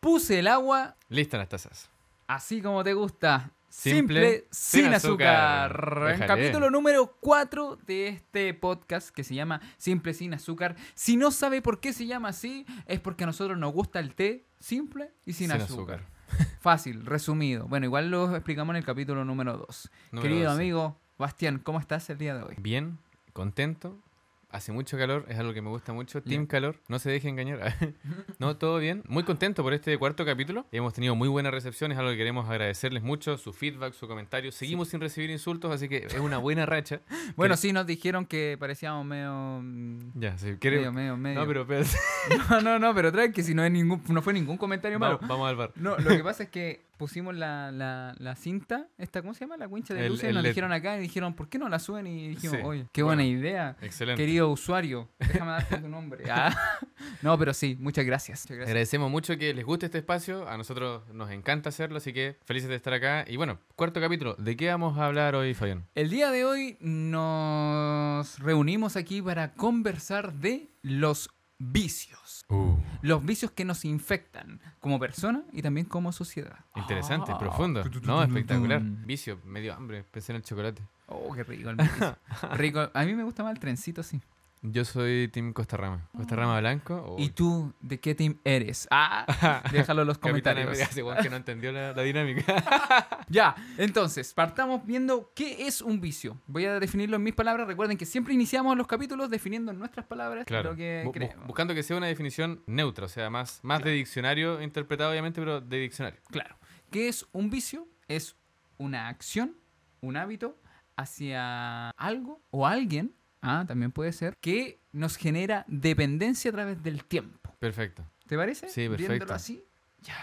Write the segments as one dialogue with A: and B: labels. A: dulce del agua,
B: Listas las tazas.
A: así como te gusta. Simple,
B: Simple,
A: sin,
B: sin
A: azúcar.
B: azúcar.
A: En
B: Déjale.
A: capítulo número 4 de este podcast que se llama Simple sin azúcar. Si no sabe por qué se llama así, es porque a nosotros nos gusta el té simple y sin, azúcar. Fácil, resumido. Bueno, igual lo explicamos en el capítulo número 2.
B: Número
A: Querido
B: doce.
A: amigo, Bastián, ¿cómo estás el día de hoy?
B: Bien, contento. Hace mucho calor, es algo que me gusta mucho.
A: Ya.
B: Team Calor, no se deje engañar. no, todo bien. Muy contento por este cuarto capítulo. Hemos tenido muy buena recepción, es algo que queremos agradecerles mucho. Su feedback, su comentario. Seguimos sin recibir insultos, así que es una buena racha.
A: Bueno,
B: Quere-
A: sí, nos dijeron que parecíamos medio... mm,
B: Ya, si quiere-
A: Medio, medio, medio.
B: No, pero espérate.
A: No, no, no, pero trae que si no, es ningún, no fue ningún comentario malo.
B: vamos, vamos al bar.
A: No, lo que pasa es que pusimos la, la, la cinta, esta, ¿cómo se llama? La wincha de
B: El-
A: luces,
B: el
A: nos
B: LED.
A: dijeron acá y dijeron, ¿por qué no la suben? Y dijimos,
B: Sí,
A: oye, qué
B: bueno.
A: buena idea.
B: Excelente.
A: Querido usuario, déjame darte tu nombre. Ah, no, pero sí, muchas gracias. Muchas gracias.
B: Agradecemos mucho que les guste este espacio. A nosotros nos encanta hacerlo, así que felices de estar acá. Y bueno, cuarto capítulo. ¿De qué vamos a hablar hoy, Fabián?
A: El día de hoy nos reunimos aquí para conversar de los vicios.
B: Uh.
A: Los vicios que nos infectan como persona y también como sociedad.
B: Interesante,
A: Ah.
B: profundo.
A: Tu, tu, tu,
B: No,
A: tu, tu,
B: espectacular.
A: tu.
B: Vicio, medio hambre. Pensé en el chocolate.
A: Oh, qué rico el vicio. Rico. A mí me gusta más el trencito, sí.
B: Yo soy Team Costarrama. Costarrama Blanco. o
A: Ah. ¿Y tú de qué team eres? Ah, déjalo en los
B: Capitán
A: comentarios.
B: América, ese weón que no entendió la, la dinámica.
A: Ya, entonces, partamos viendo qué es un vicio. Voy a definirlo en mis palabras. Recuerden que siempre iniciamos los capítulos definiendo en nuestras palabras
B: Claro.
A: lo que
B: Bu- bu-
A: creemos.
B: buscando que sea una definición neutra, o sea, más, más de diccionario interpretado, obviamente, pero de diccionario.
A: Claro. ¿Qué es un vicio? Es una acción, un hábito hacia algo o alguien, ah, también puede ser, que nos genera dependencia a través del tiempo.
B: Perfecto.
A: ¿Te parece?
B: Sí,
A: Viéndolo
B: perfecto.
A: así. Ya.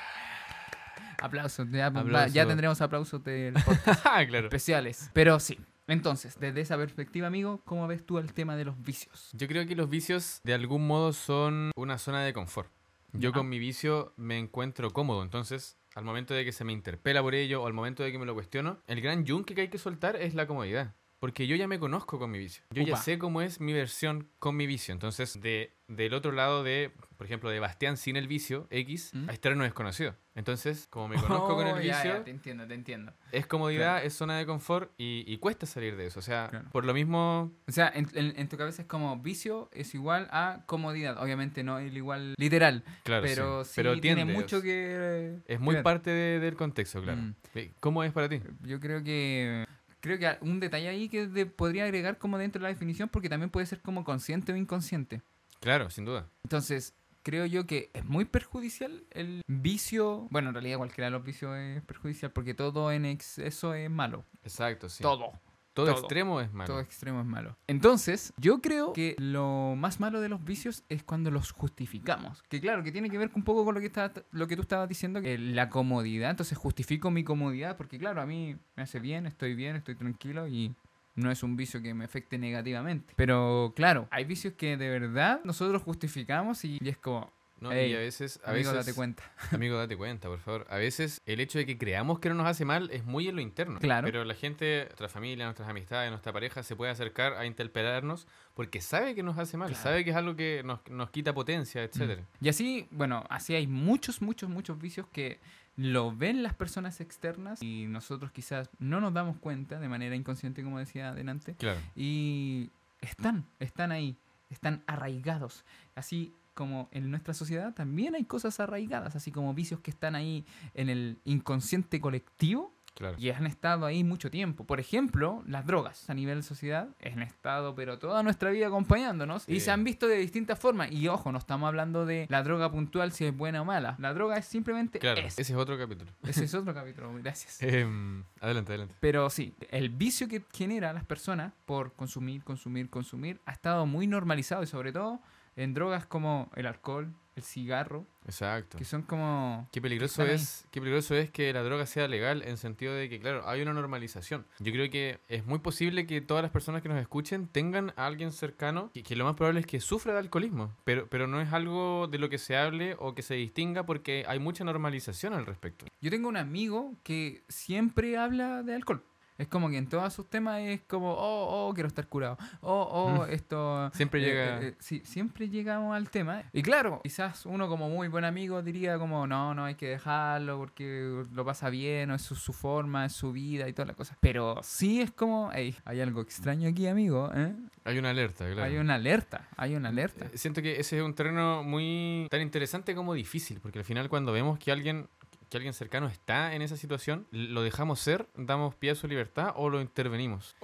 A: Aplausos. Ya,
B: Aplausos.
A: ya tendremos aplausos del podcast.
B: Ah, claro.
A: especiales. Pero sí. Entonces, desde esa perspectiva, amigo, ¿cómo ves tú el tema de los vicios?
B: Yo creo que los vicios de algún modo son una zona de confort. Yo
A: Ya.
B: con mi vicio me encuentro cómodo, entonces al momento de que se me interpela por ello o al momento de que me lo cuestiono, el gran yunque que hay que soltar es la comodidad. Porque yo ya me conozco con mi vicio. Yo ya
A: Upa.
B: sé cómo es mi versión con mi vicio. Entonces, de, del otro lado de, por ejemplo, de Bastián sin el vicio, X,
A: ¿Mm?
B: a externo desconocido. Entonces, como me conozco con el
A: Oh, ya,
B: vicio,
A: ya, te entiendo, te entiendo.
B: es comodidad, es zona de confort y, y cuesta salir de eso. O sea,
A: Claro.
B: por lo mismo,
A: O sea, en, en- en tu cabeza es como vicio es igual a comodidad. Obviamente no es igual literal,
B: claro,
A: pero sí, tiene
B: tiende,
A: mucho
B: es-
A: que...
B: Es muy
A: ver.
B: parte de- del contexto, claro.
A: Mm.
B: Eh, ¿Cómo es para ti?
A: Yo creo que... Creo que un detalle ahí que de- podría agregar como dentro de la definición, porque también puede ser como consciente o inconsciente.
B: Claro, sin duda.
A: Entonces, creo yo que es muy perjudicial el vicio. Bueno, en realidad cualquiera de los vicios es perjudicial porque todo en exceso es malo.
B: Exacto, sí.
A: Todo.
B: Todo
A: todo.
B: extremo es malo.
A: Todo extremo es malo. Entonces, yo creo que lo más malo de los vicios es cuando los justificamos. Que claro, que tiene que ver un poco con lo que, está, lo que tú estabas diciendo, que la comodidad. Entonces, justifico mi comodidad porque, claro, a mí me hace bien, estoy bien, estoy tranquilo y no es un vicio que me afecte negativamente. Pero claro, hay vicios que de verdad nosotros justificamos y, y es como,
B: No,
A: Ey,
B: y a veces, a
A: amigo,
B: veces,
A: date cuenta.
B: amigo, date cuenta, por favor. A veces el hecho de que creamos que no nos hace mal es muy en lo interno.
A: Claro.
B: Pero la gente, nuestra familia, nuestras amistades, nuestra pareja se puede acercar a interpelarnos porque sabe que nos hace mal,
A: Claro.
B: sabe que es algo que nos, nos quita potencia, etcétera.
A: Mm. Y así, bueno, así hay muchos, muchos, muchos vicios que lo ven las personas externas y nosotros quizás no nos damos cuenta de manera inconsciente, como decía adelante,
B: Claro.
A: y están, están ahí, están arraigados. Así como en nuestra sociedad también hay cosas arraigadas, así como vicios que están ahí en el inconsciente colectivo
B: Claro.
A: y han estado ahí mucho tiempo. Por ejemplo, las drogas a nivel sociedad han estado, pero toda nuestra vida acompañándonos y
B: Sí.
A: se han visto de distintas formas. Y ojo, no estamos hablando de la droga puntual, si es buena o mala. La droga es simplemente
B: Claro.
A: este es.
B: Ese es otro capítulo.
A: Ese es otro capítulo, gracias.
B: Em, adelante, adelante.
A: Pero sí, el vicio que genera a las personas por consumir, consumir, consumir ha estado muy normalizado y sobre todo en drogas como el alcohol, el cigarro,
B: Exacto.
A: que son como...
B: Qué peligroso,
A: están ahí.
B: es, qué peligroso es que la droga sea legal en sentido de que, claro, hay una normalización. Yo creo que es muy posible que todas las personas que nos escuchen tengan a alguien cercano que, que lo más probable es que sufra de alcoholismo, pero, pero no es algo de lo que se hable o que se distinga porque hay mucha normalización al respecto.
A: Yo tengo un amigo que siempre habla de alcohol. Es como que en todos sus temas es como, oh, oh, quiero estar curado. Oh, oh,
B: Mm.
A: esto.
B: Siempre
A: eh,
B: llega-
A: eh, eh, sí, siempre llegamos al tema. Y claro, quizás uno como muy buen amigo diría como, no, no hay que dejarlo porque lo pasa bien, o es su, su forma, es su vida y toda la cosa. Pero sí es como, hey, hay algo extraño aquí, amigo. ¿eh?
B: Hay una alerta, claro.
A: Hay una alerta, hay una alerta.
B: Eh, Siento que ese es un terreno muy tan interesante como difícil, porque al final cuando vemos que alguien que alguien cercano está en esa situación, lo dejamos ser, damos pie a su libertad o lo intervenimos.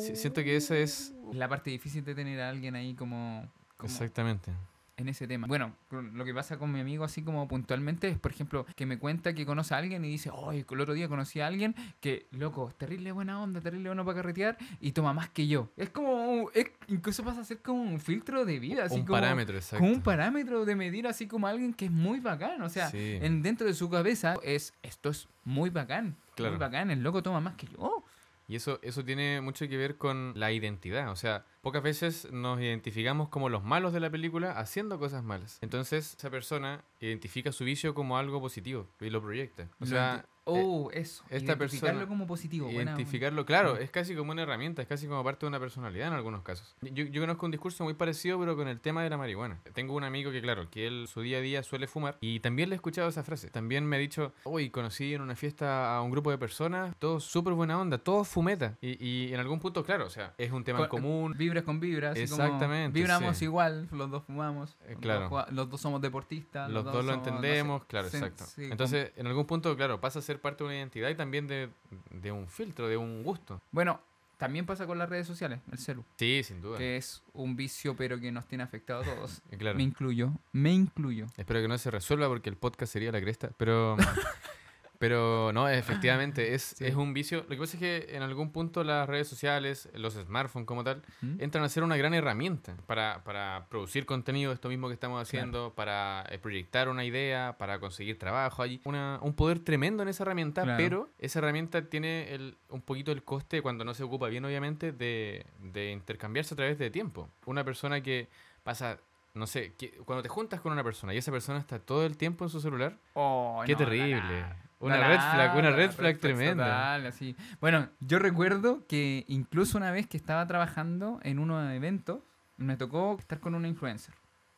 B: Si- siento que esa es
A: La parte difícil de tener a alguien ahí como... como
B: exactamente.
A: en ese tema. Bueno, con- lo que pasa con mi amigo así como puntualmente es, por ejemplo, que me cuenta que conoce a alguien y dice, oye, el otro día conocí a alguien que, loco, terrible buena onda, terrible bueno para carretear y toma más que yo. Es como, un- es- incluso pasa a ser como un filtro de vida, así
B: un
A: como,
B: parámetro, exacto.
A: como un parámetro de medir así como alguien que es muy bacán, o sea,
B: Sí.
A: en, dentro de su cabeza es, esto es muy bacán,
B: Claro.
A: muy bacán, el loco toma más que yo.
B: Y eso, eso tiene mucho que ver con la identidad. O sea, pocas veces nos identificamos como los malos de la película haciendo cosas malas. Entonces, esa persona identifica su vicio como algo positivo y lo proyecta. O
A: Lo
B: sea, eh,
A: enti- oh, eso,
B: esta
A: identificarlo
B: persona-
A: como positivo, buena onda.
B: identificarlo, claro,
A: Mm.
B: es casi como una herramienta, es casi como parte de una personalidad en algunos casos. Yo, yo conozco un discurso muy parecido, pero con el tema de la marihuana. Tengo un amigo que, claro, que él su día a día suele fumar y también le he escuchado esa frase. También me ha dicho, hoy conocí en una fiesta a un grupo de personas, todos súper buena onda, todos fumeta. Y, y en algún punto, claro, o sea, es un tema en
A: Co-
B: común.
A: Vibras con vibras. así como
B: Exactamente,
A: vibramos
B: sí.
A: igual, los dos fumamos.
B: Eh, claro.
A: Los, jua- eh, los dos somos deportistas.
B: Los dos lo
A: somos, no sé,
B: entendemos, claro,
A: sí,
B: exacto.
A: sí, como-
B: Entonces, en algún punto, claro, pasa a ser parte de una identidad y también de, de un filtro, de un gusto.
A: Bueno, también pasa con las redes sociales, el celu,
B: Sí, sin duda.
A: que es un vicio pero que nos tiene afectado a todos.
B: Eh, Claro.
A: Me incluyo, me incluyo.
B: Espero que no se resuelva porque el podcast sería la cresta. Pero, pero no, efectivamente, es, es un vicio. Lo que pasa es que en algún punto las redes sociales, los smartphones como tal,
A: ¿Mm?
B: entran a ser una gran herramienta para, para producir contenido, esto mismo que estamos haciendo, para eh, proyectar una idea, para conseguir trabajo. Hay una- un poder tremendo en esa herramienta,
A: Claro.
B: pero esa herramienta tiene el- un poquito el coste, cuando no se ocupa bien, obviamente, de, de intercambiarse a través de tiempo. Una persona que pasa... No sé, que- cuando te juntas con una persona y esa persona está todo el tiempo en su celular,
A: Oh,
B: qué
A: no, la
B: terrible.
A: la.
B: Una
A: No,
B: red
A: la,
B: flag, una
A: la
B: red flag tremenda.
A: total, así. Bueno, yo recuerdo que incluso una vez que estaba trabajando en unos eventos, me tocó estar con una influencer.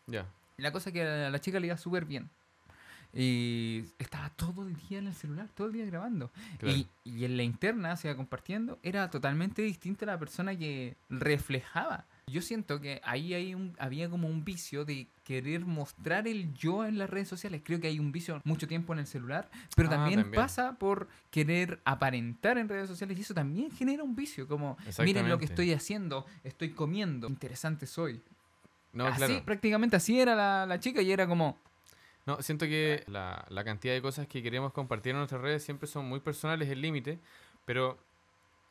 B: Ya.
A: La cosa que a la chica le iba súper bien. Y estaba todo el día en el celular, todo el día grabando.
B: claro.
A: Y, y en la interna, o sea, compartiendo, era totalmente distinta a la persona que reflejaba. Yo siento que ahí hay un, había como un vicio de querer mostrar el yo en las redes sociales. Creo que hay un vicio mucho tiempo en el celular, pero
B: Ah,
A: también,
B: también.
A: pasa por querer aparentar en redes sociales y eso también genera un vicio, como miren lo que
B: Exactamente.
A: estoy haciendo, estoy comiendo, interesante soy.
B: No,
A: así,
B: claro.
A: prácticamente así era la, la chica y era como,
B: No, siento que la, la cantidad de cosas que queremos compartir en nuestras redes siempre son muy personales, el límite, pero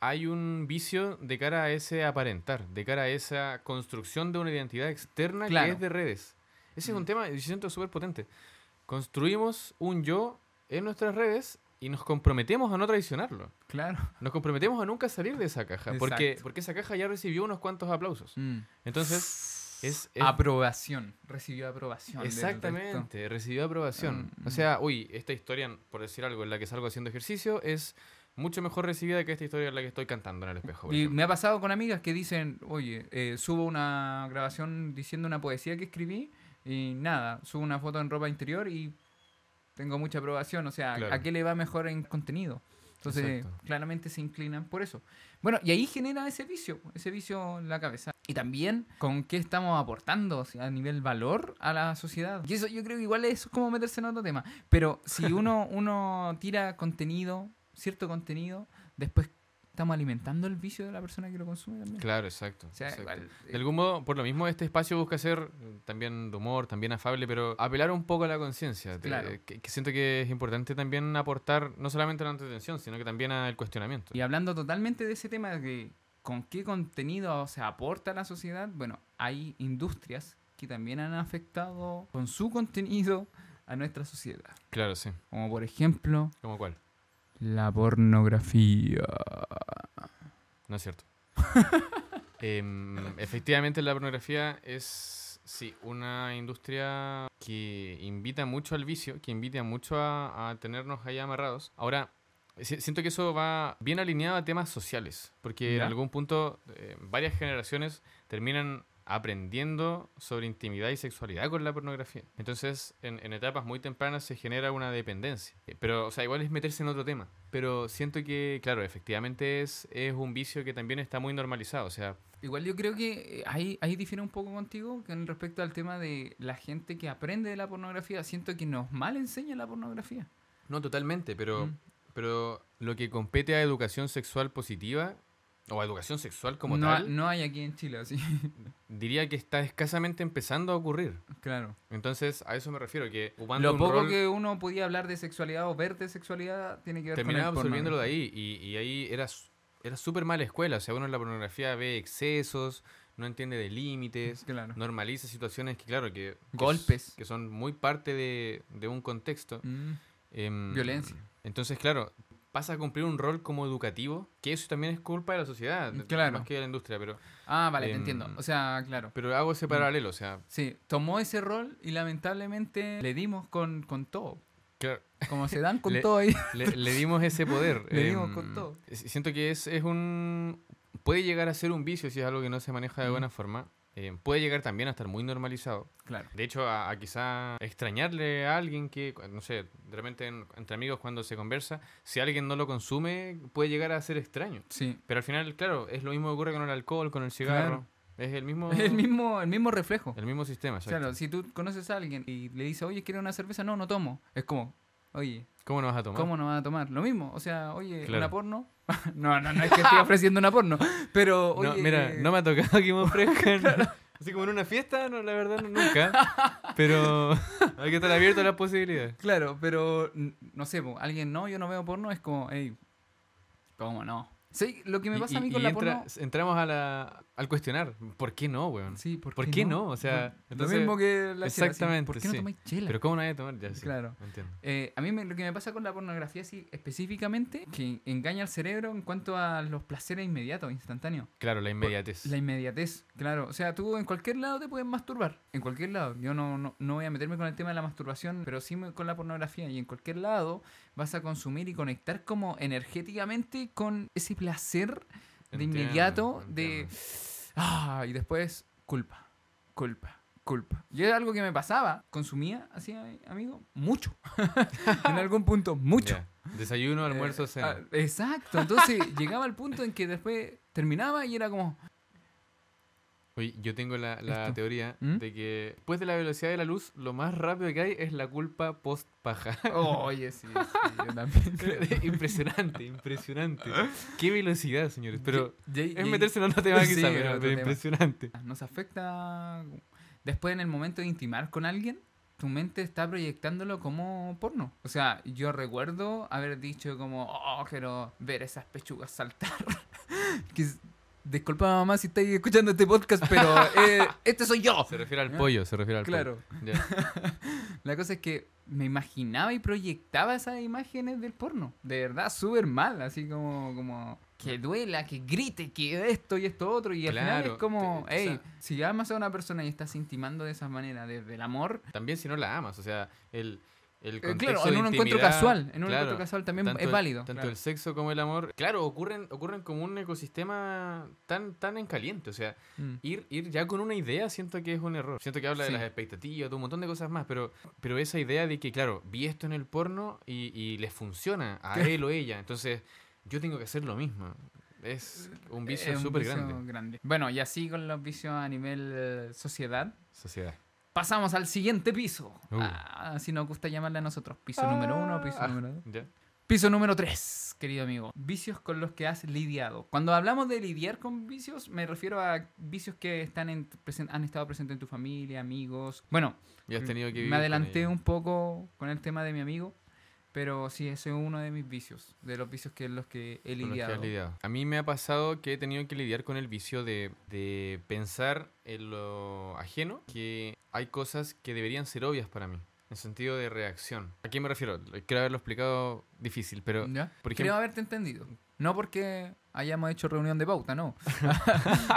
B: hay un vicio de cara a ese aparentar, de cara a esa construcción de una identidad externa
A: Claro.
B: que es de redes. Ese es un
A: Mm.
B: tema, yo siento súper potente. Construimos un yo en nuestras redes y nos comprometemos a no traicionarlo.
A: claro.
B: Nos comprometemos a nunca salir de esa caja, porque,
A: Exacto.
B: porque esa caja ya recibió unos cuantos aplausos. Entonces, es- es
A: Mm. aprobación. Recibió aprobación. del resto.
B: Exactamente, recibió aprobación.
A: Mm.
B: O sea, uy, esta historia, por decir algo, en la que salgo haciendo ejercicio es mucho mejor recibida que esta historia en la que estoy cantando en el espejo. por
A: Y
B: ejemplo.
A: me ha pasado con amigas que dicen, oye, eh, subo una grabación diciendo una poesía que escribí y nada, subo una foto en ropa interior y tengo mucha aprobación. O sea,
B: Claro.
A: ¿a qué le va mejor en contenido? Entonces,
B: Exacto.
A: claramente se inclinan por eso. Bueno, y ahí genera ese vicio, ese vicio en la cabeza. Y también con qué estamos aportando o sea, a nivel valor a la sociedad. Y eso yo creo que igual es como meterse en otro tema. Pero si uno, uno tira contenido, cierto contenido, después estamos alimentando el vicio de la persona que lo consume también.
B: Claro, exacto.
A: O sea,
B: exacto.
A: igual, eh,
B: De algún modo, por lo mismo, este espacio busca ser eh, también de humor, también afable, pero apelar un poco a la conciencia. te-
A: Claro.
B: Que, que siento que es importante también aportar no solamente a la entretención, sino que también al cuestionamiento.
A: Y hablando totalmente de ese tema de con qué contenido se aporta a la sociedad, bueno, hay industrias que también han afectado con su contenido a nuestra sociedad.
B: Claro, sí.
A: Como por ejemplo,
B: ¿Cómo cuál?
A: la pornografía.
B: No es cierto. Em, efectivamente, la pornografía es, sí, una industria que invita mucho al vicio, que invita mucho a, a tenernos ahí amarrados. Ahora, Si- Siento que eso va bien alineado a temas sociales, porque en
A: Ya.
B: algún punto eh, varias generaciones terminan aprendiendo sobre intimidad y sexualidad con la pornografía. Entonces, en, en etapas muy tempranas se genera una dependencia. Eh, Pero, o sea, igual es meterse en otro tema. Pero siento que, claro, efectivamente es, es un vicio que también está muy normalizado. O sea,
A: Igual yo creo que eh, ahí, ahí difiero un poco contigo con respecto al tema de la gente que aprende de la pornografía. Siento que nos mal enseña la pornografía.
B: No, totalmente, pero,
A: Mm.
B: pero lo que compete a educación sexual positiva o a educación sexual como
A: no, ha-
B: tal,
A: no hay aquí en Chile, así.
B: diría que está escasamente empezando a ocurrir.
A: claro.
B: Entonces, a eso me refiero, que ocupando
A: Lo
B: un
A: poco
B: rol,
A: que uno podía hablar de sexualidad o ver de sexualidad tiene que ver
B: terminaba
A: con el porno.
B: absorbiéndolo de ahí y, y ahí era s- era súper mala escuela. O sea, uno en la pornografía ve excesos, no entiende de límites,
A: Claro.
B: normaliza situaciones que, claro, que... que
A: Golpes.
B: s- Que son muy parte de, de un contexto.
A: Mm.
B: Em,
A: Violencia.
B: Entonces, claro, pasa a cumplir un rol como educativo, que eso también es culpa de la sociedad, de-
A: Mm, Claro.
B: más que de la industria, pero,
A: Ah, vale, te
B: Em,
A: entiendo. O sea, claro.
B: pero hago ese paralelo, o sea,
A: Sí, tomó ese rol y lamentablemente le dimos con, con todo.
B: claro,
A: Como se dan con
B: Le-
A: todo ahí.
B: le, le dimos ese poder.
A: Le dimos
B: em,
A: con todo.
B: s- Siento que es, es un... Puede llegar a ser un vicio si es algo que no se maneja de
A: Mm.
B: buena forma. em, puede llegar también a estar muy normalizado.
A: Claro.
B: De hecho, a, a quizá extrañarle a alguien que, cu- no sé, de repente en- entre amigos cuando se conversa, si alguien no lo consume, puede llegar a ser extraño.
A: Sí.
B: Pero al final, claro, es lo mismo que ocurre con el alcohol, con el cigarro. Es el mismo,
A: El mismo, el mismo reflejo.
B: el mismo sistema. exacto.
A: Claro, si tú conoces a alguien y le dices, oye, ¿quieres una cerveza? No, no tomo. Es como, oye,
B: ¿Cómo no vas a tomar?
A: ¿cómo no vas a tomar? Lo mismo. O sea, oye,
B: Claro.
A: ¿una porno? no, no, no es que estoy ofreciendo una porno. Pero, oye. eh,
B: No, mira, no me ha tocado que me ofrezcan. Así como en una fiesta, no, la verdad, no, nunca. Pero hay que estar abierto a las posibilidades.
A: Claro, pero n- no sé, po, alguien no, yo no veo porno, es como, hey, ¿cómo no? Sí, lo que me
B: Y-
A: pasa a
B: y-
A: mí con
B: y
A: la
B: entra-
A: porno.
B: Entramos a la, al cuestionar. ¿Por qué no, weón?
A: Sí, ¿por,
B: ¿por qué no? O sea,
A: Lo-
B: entonces-
A: lo mismo que la chela, sí,
B: exactamente,
A: ¿Por qué no
B: sí.
A: tomáis chela?
B: Pero ¿cómo no hay que tomar? Ya, sí,
A: Claro.
B: Entiendo.
A: Eh, a mí me- lo que me pasa con la pornografía así específicamente, que engaña al cerebro en cuanto a los placeres inmediatos, instantáneos.
B: Claro, la inmediatez.
A: La inmediatez, claro. O sea, tú en cualquier lado te puedes masturbar. En cualquier lado. Yo no, no, no voy a meterme con el tema de la masturbación, pero sí me- con la pornografía. Y en cualquier lado vas a consumir y conectar como energéticamente con ese placer de
B: Entiendo,
A: inmediato de...
B: entiendo.
A: Ah, y después culpa, culpa, culpa. Y era algo que me pasaba. Consumía, así, amigo, mucho. en algún punto, mucho.
B: Ya. Desayuno, almuerzo,
A: Eh,
B: cena.
A: ah, exacto. Entonces llegaba al punto en que después terminaba y era como...
B: Oye, yo tengo la, la
A: Esto.
B: teoría
A: ¿Mm?
B: de que después de la velocidad de la luz, lo más rápido que hay es la culpa post-paja.
A: Oye, sí, sí, yo también.
B: impresionante, impresionante. Qué velocidad, señores. Pero
A: Ya- ya-
B: es
A: ya-
B: meterse en otro tema
A: Sí,
B: quizá,
A: en
B: pero,
A: otro
B: pero
A: tema.
B: impresionante.
A: Nos afecta. Después, en el momento de intimar con alguien, tu mente está proyectándolo como porno. O sea, yo recuerdo haber dicho como, oh, quiero ver esas pechugas saltar. que, es- disculpa, mamá, si estáis escuchando este podcast, pero eh, este soy yo.
B: Se refiere al
A: ¿Ya?
B: pollo, se refiere al
A: Claro.
B: pollo. Ah, Claro.
A: La cosa es que me imaginaba y proyectaba esas imágenes del porno. De verdad, súper mal. Así como, como que duela, que grite, que esto y esto otro. Y al final
B: Claro,
A: es como,
B: te- o
A: hey,
B: sea-
A: si amas a una persona y estás intimando de esa manera, desde el amor.
B: También si no la amas, o sea, el, el
A: eh,
B: contexto
A: claro, en
B: de
A: un encuentro
B: intimidad,
A: casual. En un
B: claro,
A: encuentro casual también
B: tanto
A: es
B: el-
A: válido.
B: tanto
A: claro.
B: el sexo como el amor. Claro, ocurren, ocurren como un ecosistema tan, tan en caliente. O sea,
A: Mm.
B: ir, ir ya con una idea siento que es un error. Siento que habla
A: Sí.
B: de las expectativas, de un montón de cosas más, pero, pero esa idea de que, claro, vi esto en el porno y, y les funciona a él o ella, entonces yo tengo que hacer lo mismo. Es un vicio
A: Eh, Es un
B: súper
A: vicio
B: grande.
A: Bueno, y así con los vicios a nivel eh, sociedad.
B: Sociedad.
A: Pasamos al siguiente piso.
B: Uh.
A: Ah, así nos gusta llamarle a nosotros. Piso número uno, piso
B: Ah,
A: número dos.
B: ¿Ya?
A: Piso número 3, querido amigo. Vicios con los que has lidiado. Cuando hablamos de lidiar con vicios, me refiero a vicios que están en tu presen- han estado presentes en tu familia, amigos. Bueno,
B: Ya has tenido que vivir
A: Mm, me
B: con
A: adelanté
B: ello.
A: un poco con el tema de mi amigo, pero sí, ese es uno de mis vicios, de los vicios que los que he
B: con los que has
A: lidiado.
B: lidiado. A mí me ha pasado que he tenido que lidiar con el vicio de, de pensar en lo ajeno, que hay cosas que deberían ser obvias para mí, en sentido de reacción. ¿A qué me refiero? Quiero haberlo explicado difícil, pero
A: ¿Ya?
B: por
A: Creo
B: ejemplo-
A: haberte entendido. No porque hayamos hecho reunión de pauta, no.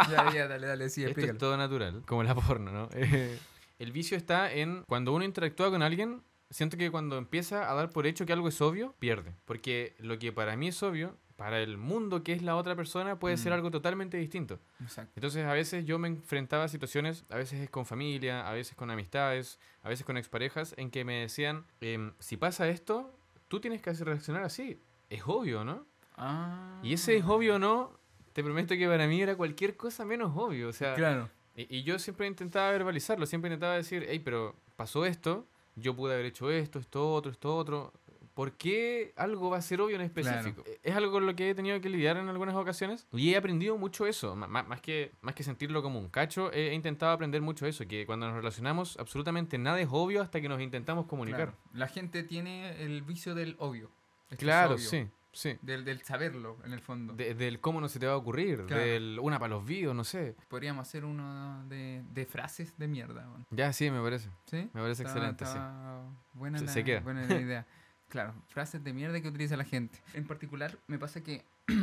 A: ya, ya, dale, dale, sí,
B: Esto es
A: explícalo.
B: todo natural, como la porno, ¿no? Eh, el vicio está en cuando uno interactúa con alguien, siento que cuando empieza a dar por hecho que algo es obvio, pierde. Porque lo que para mí es obvio, para el mundo que es la otra persona, puede ser
A: Mm.
B: algo totalmente distinto.
A: Exacto.
B: Entonces a veces yo me enfrentaba a situaciones, a veces es con familia, a veces con amistades, a veces con exparejas, en que me decían, em, si pasa esto, tú tienes que reaccionar así. Es obvio, ¿no?
A: Ah.
B: Y ese es obvio o no, te prometo que para mí era cualquier cosa menos obvio. O sea,
A: Claro.
B: y, y yo siempre intentaba verbalizarlo, siempre intentaba decir, hey, pero pasó esto, yo pude haber hecho esto, esto otro, esto otro. ¿Por qué algo va a ser obvio en específico? E- Es algo con lo que he tenido que lidiar en algunas ocasiones y he aprendido mucho eso. Ma- ma- más, que, más que sentirlo como un cacho, he, he intentado aprender mucho eso, que cuando nos relacionamos absolutamente nada es obvio hasta que nos intentamos comunicar.
A: Claro. La gente tiene el vicio del obvio. Esto es
B: Claro,
A: obvio.
B: sí, sí.
A: Del, del saberlo, en el fondo.
B: De- del cómo no se te va a ocurrir,
A: Claro.
B: del una para los vivos, no sé.
A: Podríamos hacer uno de, de frases de mierda. weón.
B: Ya, sí, me parece.
A: ¿Sí?
B: Me parece
A: Está-
B: excelente, sí.
A: está Buena,
B: Se-
A: la,
B: se queda.
A: buena la idea. Claro, frases de mierda que utiliza la gente. En particular, me pasa que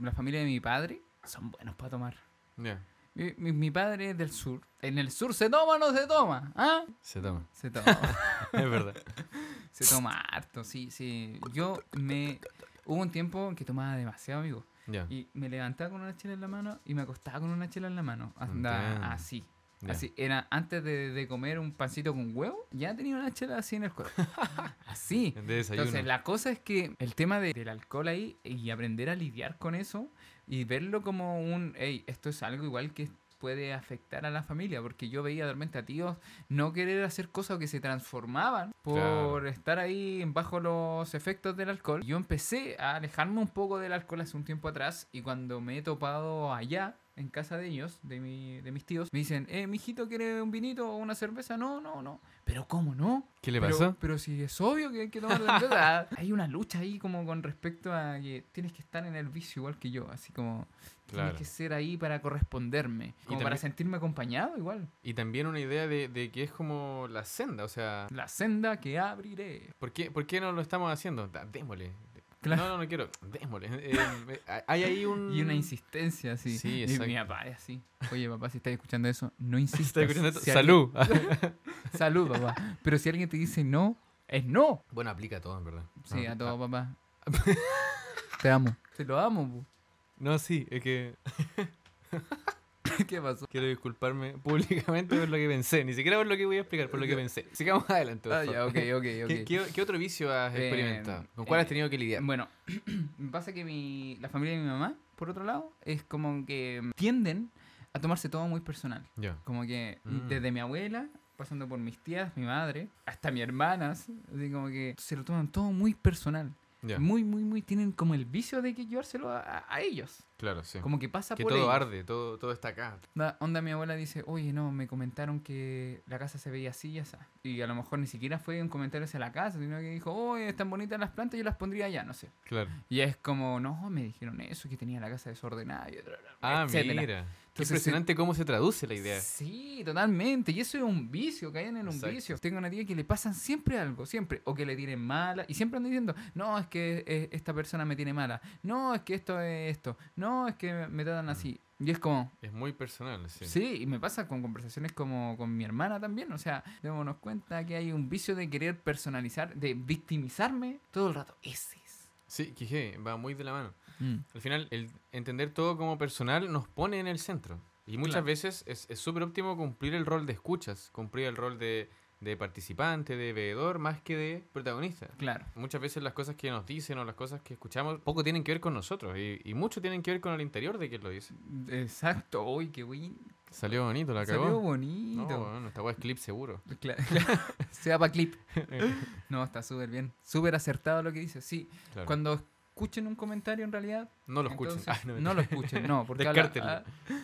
A: la familia de mi padre son buenos para tomar.
B: Ya,
A: Mi, mi- mi padre es del sur. ¿En el sur se toma o no se toma? ¿Ah?
B: se toma.
A: Se toma.
B: es verdad.
A: se toma harto, sí, sí. Yo me... Hubo un tiempo en que tomaba demasiado, amigo.
B: Ya.
A: Y me levantaba con una chela en la mano y me acostaba con una chela en la mano.
B: Entiendo.
A: Andaba así.
B: Ya.
A: Así, era antes de, de comer un pancito con huevo, ya tenía una chela así en el cuerpo. así.
B: De desayuno.
A: Entonces, la cosa es que el tema de- del alcohol ahí y aprender a lidiar con eso y verlo como un, hey, esto es algo igual que puede afectar a la familia, porque yo veía realmente a tíos no querer hacer cosas que se transformaban por
B: Claro.
A: estar ahí bajo los efectos del alcohol. Yo empecé a alejarme un poco del alcohol hace un tiempo atrás y cuando me he topado allá, en casa de ellos, de, mi- de mis tíos, me dicen, eh, mijito, ¿quiere un vinito o una cerveza? No, no, no. Pero ¿cómo no?
B: ¿Qué le
A: Pero-
B: pasó?
A: Pero, si es obvio que hay que tomar la verdad. Hay una lucha ahí como con respecto a que tienes que estar en el vicio igual que yo. Así como
B: Claro.
A: tienes que ser ahí para corresponderme. Como para
B: también-
A: sentirme acompañado igual.
B: Y también una idea de, de que es como la senda, o sea,
A: La senda que abriré.
B: ¿por qué, ¿por qué no lo estamos haciendo? Da- Démosle.
A: Claro.
B: No, no, no quiero. Démosle. Eh, eh, hay ahí un...
A: Y una insistencia así.
B: Mm. Sí,
A: y
B: exacto.
A: mi papá es así. Oye, papá, si estás escuchando eso, no insistas.
B: ¿Estás escuchando esto?
A: Si alguien-
B: Salud.
A: Salud, papá. Pero si alguien te dice no, es no.
B: bueno, aplica a todo, en verdad.
A: Sí,
B: Ah,
A: a todo,
B: ah,
A: papá. Te amo. Te lo amo,
B: No, sí, es que
A: pu. ¿Qué pasó?
B: quiero disculparme públicamente por lo que pensé. Ni siquiera por lo que voy a explicar, por lo que pensé. Sigamos adelante. por
A: Ah, ya,
B: favor.
A: ok, ok, ok.
B: ¿Qué, qué- qué otro vicio has
A: Eh,
B: experimentado? ¿Con cuál has
A: eh,
B: tenido que lidiar?
A: Bueno, me pasa que mi, la familia de mi mamá, por otro lado, es como que tienden a tomarse todo muy personal.
B: Ya.
A: Como que
B: Mm.
A: desde mi abuela, pasando por mis tías, mi madre, hasta mis hermanas, así como que se lo toman todo muy personal.
B: Ya.
A: Muy, muy, muy, tienen como el vicio de que llevárselo a, a- a ellos.
B: Claro, sí.
A: Como que pasa
B: Que
A: por
B: todo
A: ellos.
B: arde, todo, todo está acá.
A: La onda mi abuela dice, oye, no, me comentaron que la casa se veía así y así. Y a lo mejor ni siquiera fue un comentario hacia la casa, sino que dijo, oye, están bonitas las plantas, yo las pondría allá, no sé.
B: Claro.
A: Y es como, no, me dijeron eso, que tenía la casa desordenada. Y bla, bla, bla,
B: Ah,
A: etcétera.
B: mira. Qué
A: Entonces,
B: impresionante cómo se traduce la idea.
A: Sí, totalmente. Y eso es un vicio, caen en un
B: Exacto.
A: vicio. Tengo una tía que le pasan siempre algo, siempre. O que le tienen mala. Y siempre andan diciendo, no, es que eh, esta persona me tiene mala. No, es que esto es esto. No, es que me tratan así. Y es como,
B: Es muy personal, Mm. sí.
A: sí. y me pasa con conversaciones como con mi hermana también. O sea, démonos cuenta que hay un vicio de querer personalizar, de victimizarme todo el rato. Ese es.
B: Sí, que je, va muy de la mano.
A: Mm.
B: Al final, el entender todo como personal nos pone en el centro. Y muchas
A: Claro.
B: veces es es súper óptimo cumplir el rol de escuchas, cumplir el rol de, de participante, de veedor, más que de protagonista.
A: Claro.
B: Muchas veces las cosas que nos dicen o las cosas que escuchamos poco tienen que ver con nosotros y, y mucho tienen que ver con el interior de quien lo dice.
A: Exacto, uy, qué buen.
B: Salió bonito, la acabó.
A: Salió
B: no,
A: bonito.
B: bueno, esta weá es clip seguro.
A: Cla- Sea para clip. No, está súper bien. Súper acertado lo que dice. Sí,
B: Claro.
A: cuando escuchen un comentario en realidad.
B: no lo escuchen.
A: entonces,
B: Ah, no,
A: no lo escuchen, no, porque habla,
B: Descártenlo.
A: ah,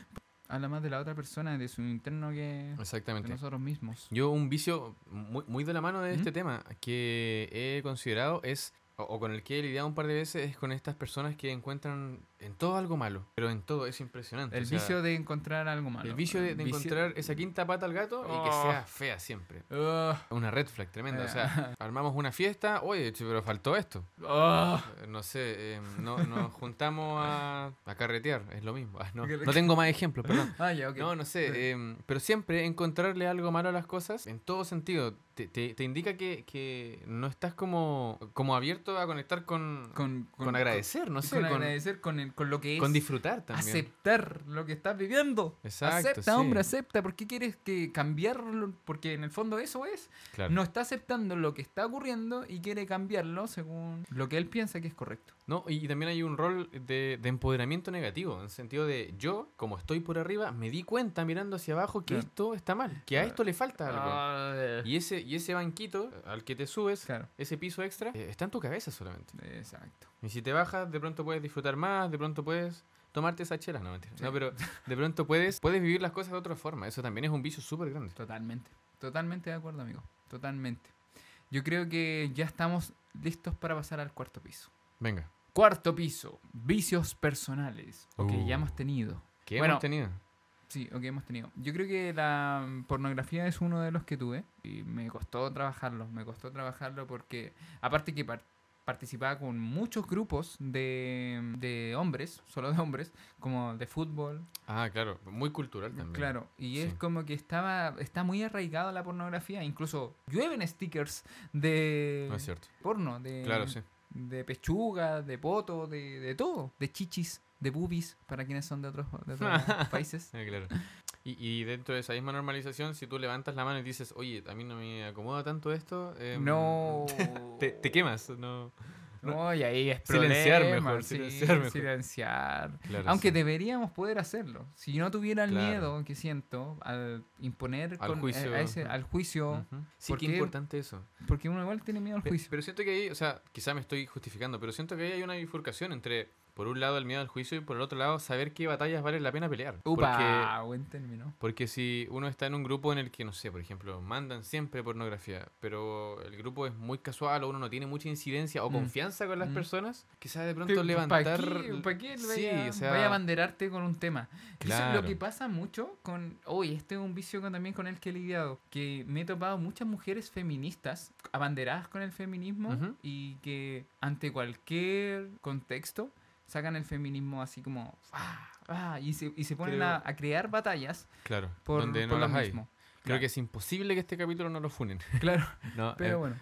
A: habla más de la otra persona, de su interno que de
B: Exactamente.
A: nosotros mismos.
B: Yo un vicio muy, muy de la mano de este
A: ¿Mm?
B: tema que he considerado es, o, o con el que he lidiado un par de veces, es con estas personas que encuentran en todo algo malo, pero en todo es impresionante.
A: El
B: o sea,
A: vicio de encontrar algo malo.
B: el vicio de, de
A: Vicio-
B: encontrar esa quinta pata al gato y que
A: Oh.
B: sea fea siempre.
A: Ah,
B: Una red flag tremenda. O
A: Ya.
B: sea, armamos una fiesta, oye, che, pero faltó esto.
A: ah.
B: Eh, No sé, eh, no, nos juntamos a, a carretear, es lo mismo. Ah, no,
A: Qué rico.
B: no tengo más ejemplos, perdón.
A: Ah, ya, ok.
B: No, no sé,
A: Eh.
B: em, pero siempre encontrarle algo malo a las cosas, en todo sentido, te, te- te indica que, que no estás como, como abierto a conectar con, con,
A: Con,
B: agradecer, no
A: con-
B: sé,
A: con
B: con,
A: agradecer con, el- con lo que es.
B: con disfrutar también.
A: aceptar lo que estás viviendo.
B: Exacto,
A: acepta,
B: sí.
A: hombre, acepta. ¿Por qué quieres que cambiarlo? Porque en el fondo eso es.
B: Claro.
A: No está aceptando lo que está ocurriendo y quiere cambiarlo según lo que él piensa que es correcto.
B: No, y y también hay un rol de, de empoderamiento negativo, en el sentido de yo, como estoy por arriba, me di cuenta mirando hacia abajo que
A: Claro. Ah.
B: esto está mal, que a esto le falta algo.
A: Claro.
B: pues. Y ese, y ese banquito al que te subes, ese piso extra, eh, está en tu cabeza solamente.
A: Exacto.
B: Y si te bajas, de pronto puedes disfrutar más, de pronto puedes tomarte esa chela, no mentira.
A: Sí.
B: No, pero de pronto puedes, puedes vivir las cosas de otra forma. Eso también es un vicio súper grande.
A: Totalmente. Totalmente de acuerdo, amigo. Totalmente. Yo creo que ya estamos listos para pasar al cuarto piso.
B: Venga.
A: Cuarto piso. Vicios personales. O que ya
B: Uh.
A: hemos tenido.
B: ¿Qué
A: Bueno.
B: hemos tenido?
A: Sí, o que hemos tenido. Yo creo que la mm, pornografía es uno de los que tuve y me costó trabajarlo, me costó trabajarlo porque aparte que par- participaba con muchos grupos de, de hombres, solo de hombres, como de fútbol,
B: Ah, claro. Muy cultural también.
A: claro, y es
B: Sí.
A: como que estaba está muy arraigado la pornografía, incluso llueven stickers de
B: No Ah, es cierto.
A: porno, de,
B: Claro, sí.
A: de pechuga, de poto, de, de todo, de chichis, de boobies, para quienes son de otros, de otros países.
B: Ah, claro. Y, y dentro de esa misma normalización, si tú levantas la mano y dices, oye, a mí no me acomoda tanto esto, em,
A: No.
B: Te, te quemas, no.
A: No, y ahí es
B: Silenciar
A: problema,
B: mejor,
A: sí,
B: silenciar mejor.
A: silenciar.
B: Claro,
A: Aunque
B: sí.
A: deberíamos poder hacerlo. Si no tuviera el
B: Claro.
A: miedo que siento al imponer
B: Al
A: con- eh, a-
B: juicio.
A: a ese- al juicio,
B: Ujú. Sí,
A: ¿por
B: qué
A: qué?
B: importante eso.
A: porque uno igual tiene miedo al
B: Pe-
A: juicio.
B: Pero siento que ahí, o sea, quizá me estoy justificando, pero siento que ahí hay una bifurcación entre, por un lado, el miedo al juicio y por el otro lado, saber qué batallas vale la pena pelear.
A: Upa, buen término.
B: Porque, porque si uno está en un grupo en el que, no sé, por ejemplo, mandan siempre pornografía, pero el grupo es muy casual o uno no tiene mucha incidencia o
A: Mm.
B: confianza con las
A: Mm.
B: personas, quizás de
A: Que-
B: pronto
A: ¿pa'
B: levantar...
A: qué- ¿Para qué,
B: Sí,
A: vaya,
B: o sea-
A: vaya a banderarte con un tema? Que eso es
B: Claro.
A: lo que pasa mucho con... Uy, este es un vicio con- también con el que he lidiado. Que me he topado muchas mujeres feministas, abanderadas con el feminismo,
B: Ujú.
A: y que ante cualquier contexto sacan el feminismo así como... ah, ah, y, se, y se ponen
B: Creo-
A: a, a crear batallas
B: Claro,
A: por,
B: donde no
A: por lo
B: las hay.
A: mismo.
B: Creo
A: Claro.
B: que es imposible que este capítulo no lo funen.
A: Claro,
B: No, eh,
A: pero
B: pero,
A: bueno.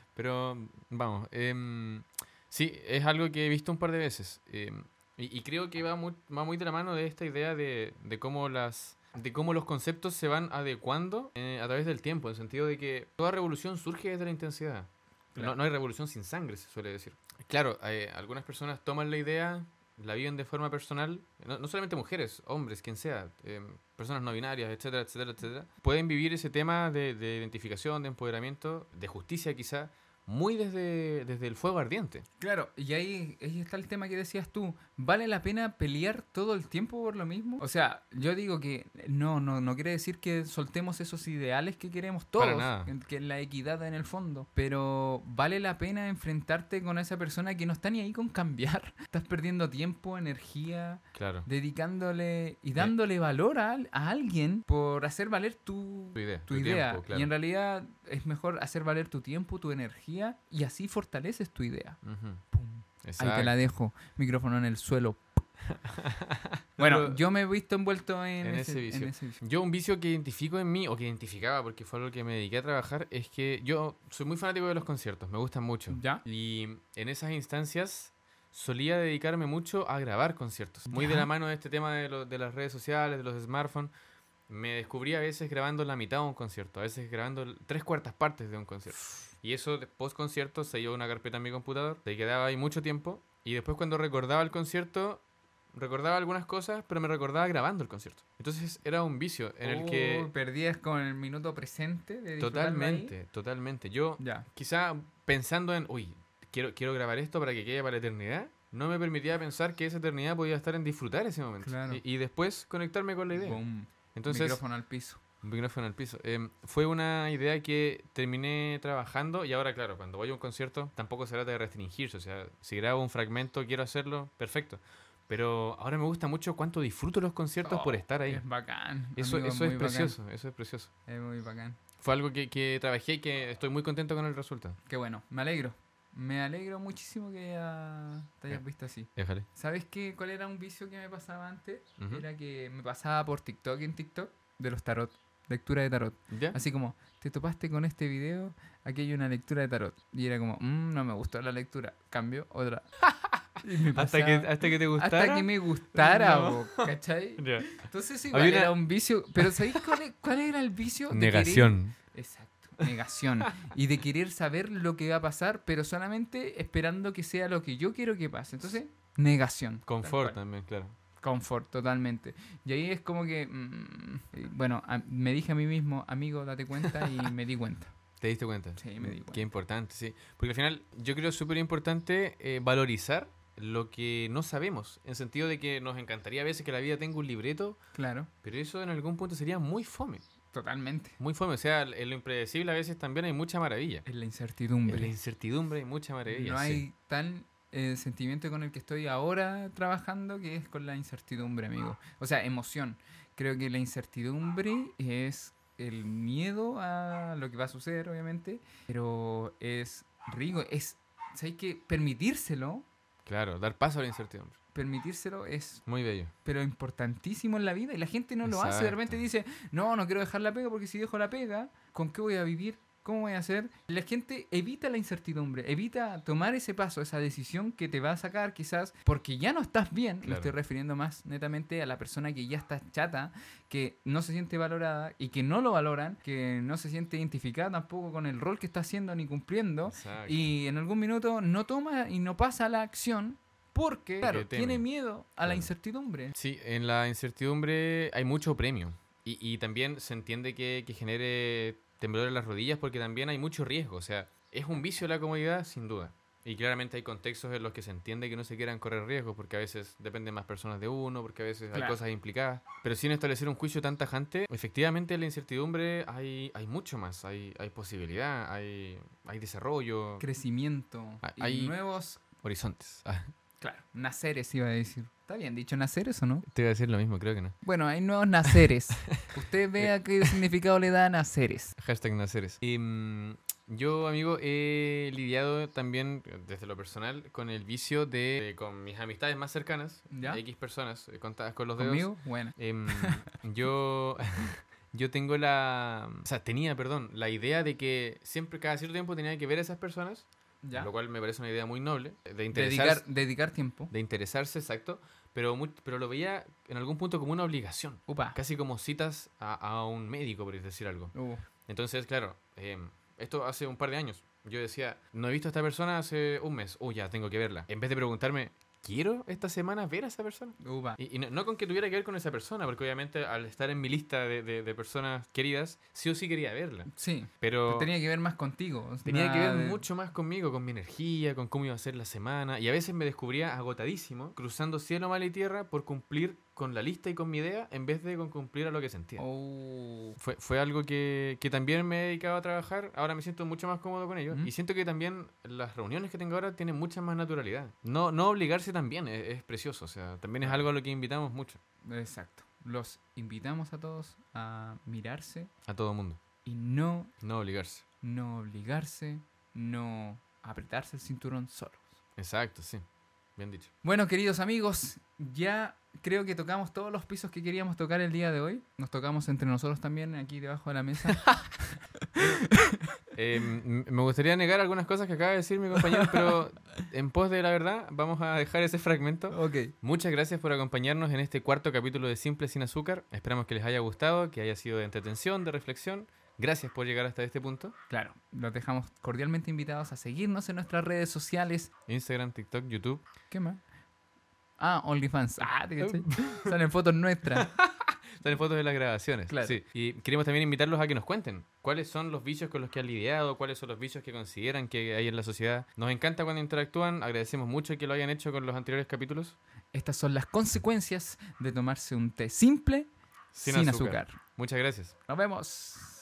B: vamos, em, sí, es algo que he visto un par de veces. em, y, y creo que va muy, va muy de la mano de esta idea de, de cómo las de cómo los conceptos se van adecuando eh, a través del tiempo, en el sentido de que toda revolución surge desde la intensidad.
A: Claro.
B: No, no hay revolución sin sangre, se suele decir. Claro, eh, algunas personas toman la idea, la viven de forma personal, no, no solamente mujeres, hombres, quien sea, eh, personas no binarias, etcétera, etcétera, etcétera. Pueden vivir ese tema de, de identificación, de empoderamiento, de justicia quizá, muy desde, desde el fuego ardiente.
A: Claro, y ahí, ahí está el tema que decías tú. ¿Vale la pena pelear todo el tiempo por lo mismo? O sea, yo digo que no, no, no quiere decir que soltemos esos ideales que queremos todos,
B: Para nada.
A: en- que es la equidad en el fondo. Pero vale la pena enfrentarte con esa persona que no está ni ahí con cambiar. Estás perdiendo tiempo, energía,
B: Claro.
A: dedicándole
B: Eh.
A: y dándole valor a, al- a alguien por hacer valer tu,
B: Tu idea.
A: tu
B: tu
A: idea.
B: tiempo, claro.
A: Y en realidad es mejor hacer valer tu tiempo, tu energía, y así fortaleces tu idea.
B: Ujú.
A: Pum. Ahí te
B: Exacto.
A: la dejo. Micrófono en el suelo. bueno,
B: Pero-
A: yo me he visto envuelto en,
B: en ese vicio.
A: en ese vicio.
B: Yo un vicio que identifico en mí, o que identificaba porque fue algo que me dediqué a trabajar, es que yo soy muy fanático de los conciertos, me gustan mucho.
A: ¿Ya?
B: Y en esas instancias solía dedicarme mucho a grabar conciertos. Muy de
A: Ya.
B: la mano de este tema de, lo- de las redes sociales, de los smartphones. Me descubrí a veces grabando la mitad de un concierto, a veces grabando l- tres cuartas partes de un concierto. Y eso, de- post concierto, se iba a una carpeta en mi computador, se quedaba ahí mucho tiempo. Y después cuando recordaba el concierto, recordaba algunas cosas, pero me recordaba grabando el concierto. Entonces era un vicio en el que...
A: Uy, perdías Uh, con el minuto presente. de Oh, disfrutarlo ahí.
B: Totalmente, totalmente. Yo
A: Ya.
B: quizá pensando en, uy, quiero, quiero grabar esto para que quede para la eternidad, no me permitía pensar que esa eternidad podía estar en disfrutar ese momento.
A: Claro.
B: Y, y después conectarme con la idea.
A: Boom.
B: Entonces,
A: Micrófono al piso.
B: micrófono al piso. Em, fue una idea que terminé trabajando y ahora, claro, cuando voy a un concierto tampoco se trata de restringirse. O sea, si grabo un fragmento, quiero hacerlo, perfecto. Pero ahora me gusta mucho cuánto disfruto los conciertos
A: Oh,
B: por estar ahí.
A: Es bacán.
B: Eso,
A: amigo,
B: eso es
A: muy bacán.
B: precioso, eso es precioso.
A: Es muy bacán.
B: Fue algo que, que trabajé y que estoy muy contento con el resultado.
A: Qué bueno. Me alegro. Me alegro muchísimo que ya te hayas
B: Ya.
A: visto así.
B: Déjale.
A: ¿Sabes qué? ¿Cuál era un vicio que me pasaba antes?
B: Ujú.
A: Era que me pasaba por TikTok en TikTok de los tarot. lectura de tarot.
B: ¿Ya?
A: Así como, te topaste con este video, aquí hay una lectura de tarot. Y era como, "Mm, no me gustó la lectura, cambio, otra. Y me
B: hasta,
A: pasaba-
B: que, hasta que te gustara.
A: hasta que me gustara,
B: No.
A: bo, ¿cachai?
B: Ya.
A: Entonces igual
B: Había una-
A: era un vicio, pero ¿sabéis cuál, e- cuál era el vicio? De querer-
B: Negación.
A: Exacto, negación. y de querer saber lo que va a pasar, pero solamente esperando que sea lo que yo quiero que pase. Entonces, negación.
B: Confort también, claro.
A: Confort, totalmente. Y ahí es como que, mm, eh, bueno, a- me dije a mí mismo, amigo, date cuenta y me di cuenta.
B: ¿Te diste cuenta?
A: Sí, me di cuenta.
B: Qué importante, sí. Porque al final yo creo súper importante eh, valorizar lo que no sabemos. En sentido de que nos encantaría a veces que la vida tenga un libreto,
A: Claro,
B: pero eso en algún punto sería muy fome.
A: totalmente.
B: Muy fome. O sea, en lo impredecible a veces también hay mucha maravilla.
A: Es la
B: En la
A: incertidumbre.
B: incertidumbre hay mucha maravilla.
A: No
B: sí.
A: hay tal eh, sentimiento con el que estoy ahora trabajando que es con la incertidumbre, amigo.
B: Ah.
A: O sea, emoción. Creo que la incertidumbre es el miedo a lo que va a suceder, obviamente, pero es rico, es, o sea, hay que permitírselo,
B: Claro, dar paso a la incertidumbre.
A: permitírselo es
B: Muy bello.
A: pero importantísimo en la vida y la gente no lo hace. De
B: Exacto.
A: repente dice, no, no quiero dejar la pega porque si dejo la pega, ¿con qué voy a vivir? ¿Cómo voy a hacer? La gente evita la incertidumbre, evita tomar ese paso, esa decisión que te va a sacar quizás porque ya no estás bien. Me
B: Claro.
A: estoy refiriendo más netamente a la persona que ya está chata, que no se siente valorada y que no lo valoran, que no se siente identificada tampoco con el rol que está haciendo ni cumpliendo.
B: Exacto.
A: Y en algún minuto no toma y no pasa a la acción porque, claro,
B: teme.
A: tiene miedo a la
B: Claro.
A: incertidumbre.
B: Sí, en la incertidumbre hay mucho premio. Y, y también se entiende que, que genere temblor en las rodillas porque también hay mucho riesgo. O sea, es un vicio la comodidad, sin duda. Y claramente hay contextos en los que se entiende que no se quieran correr riesgos porque a veces dependen más personas de uno, porque a veces hay
A: Claro.
B: cosas implicadas. Pero sin establecer un juicio tan tajante, efectivamente en la incertidumbre hay, hay mucho más. Hay, hay posibilidad, hay, hay desarrollo,
A: crecimiento
B: Ah,
A: y
B: hay-
A: nuevos
B: horizontes. Ah,
A: claro naceres iba a decir está bien dicho naceres o no
B: te iba a decir lo mismo, creo que no.
A: bueno hay nuevos naceres usted
B: Eh.
A: vea qué significado le da a naceres
B: Hashtag naceres. Em, yo, amigo, he lidiado también, desde lo personal, con el vicio de, de con mis amistades más cercanas,
A: ¿Ya?
B: X personas, eh, contadas con los dedos.
A: conmigo bueno
B: Em, yo, yo tengo la... O sea, tenía, perdón, la idea de que siempre, cada cierto tiempo tenía que ver a esas personas,
A: ya
B: lo cual me parece una idea muy noble, eh, de interesarse,
A: dedicar dedicar tiempo
B: de interesarse exacto, pero, mu- pero lo veía en algún punto como una obligación,
A: upa
B: casi como citas a, a un médico, por decir algo.
A: Uh,
B: Entonces, claro, em, esto hace un par de años. Yo decía, no he visto a esta persona hace un mes. Oh, ya, tengo que verla. En vez de preguntarme, ¿quiero esta semana ver a esa persona?
A: upa
B: Y, y no, no con que tuviera que ver con esa persona, porque obviamente al estar en mi lista de, de- de personas queridas, sí o sí quería verla.
A: sí
B: Pero
A: pero tenía que ver más contigo
B: tenía que
A: nada
B: ver
A: de-
B: mucho más conmigo, con mi energía, con cómo iba a ser la semana. Y a veces me descubría agotadísimo, cruzando cielo, mal y tierra, por cumplir con la lista y con mi idea, en vez de con cumplir a lo que sentía
A: Oh,
B: fue, fue algo que, que también me he dedicado a trabajar. Ahora me siento mucho más cómodo con ello.
A: Ujú.
B: Y siento que también las reuniones que tengo ahora tienen mucha más naturalidad. No, no obligarse también es, es precioso. O sea, también es algo a lo que invitamos mucho
A: exacto los invitamos a todos a mirarse
B: a todo mundo.
A: y no
B: No obligarse.
A: no obligarse no apretarse el cinturón solo
B: Exacto, sí. Bien dicho.
A: Bueno, queridos amigos, ya creo que tocamos todos los pisos que queríamos tocar el día de hoy. Nos tocamos entre nosotros también aquí debajo de la mesa.
B: Eh, m- me gustaría negar algunas cosas que acaba de decir mi compañero, pero en pos de la verdad vamos a dejar ese fragmento.
A: ok.
B: Muchas gracias por acompañarnos en este cuarto capítulo de Simple Sin Azúcar. Esperamos que les haya gustado, que haya sido de entretención, de reflexión. Gracias por llegar hasta este punto.
A: Claro, los dejamos cordialmente invitados a seguirnos en nuestras redes sociales.
B: Instagram, TikTok, YouTube.
A: ¿Qué más? Ah, OnlyFans. Ah, ¿te cachai? Salen fotos nuestras.
B: Salen fotos de las grabaciones.
A: Claro.
B: sí. Y queremos también invitarlos a que nos cuenten cuáles son los vicios con los que han lidiado, cuáles son los vicios que consideran que hay en la sociedad. Nos encanta cuando interactúan. Agradecemos mucho que lo hayan hecho con los anteriores capítulos.
A: Estas son las consecuencias de tomarse un té simple sin, azúcar.
B: Muchas gracias.
A: Nos vemos.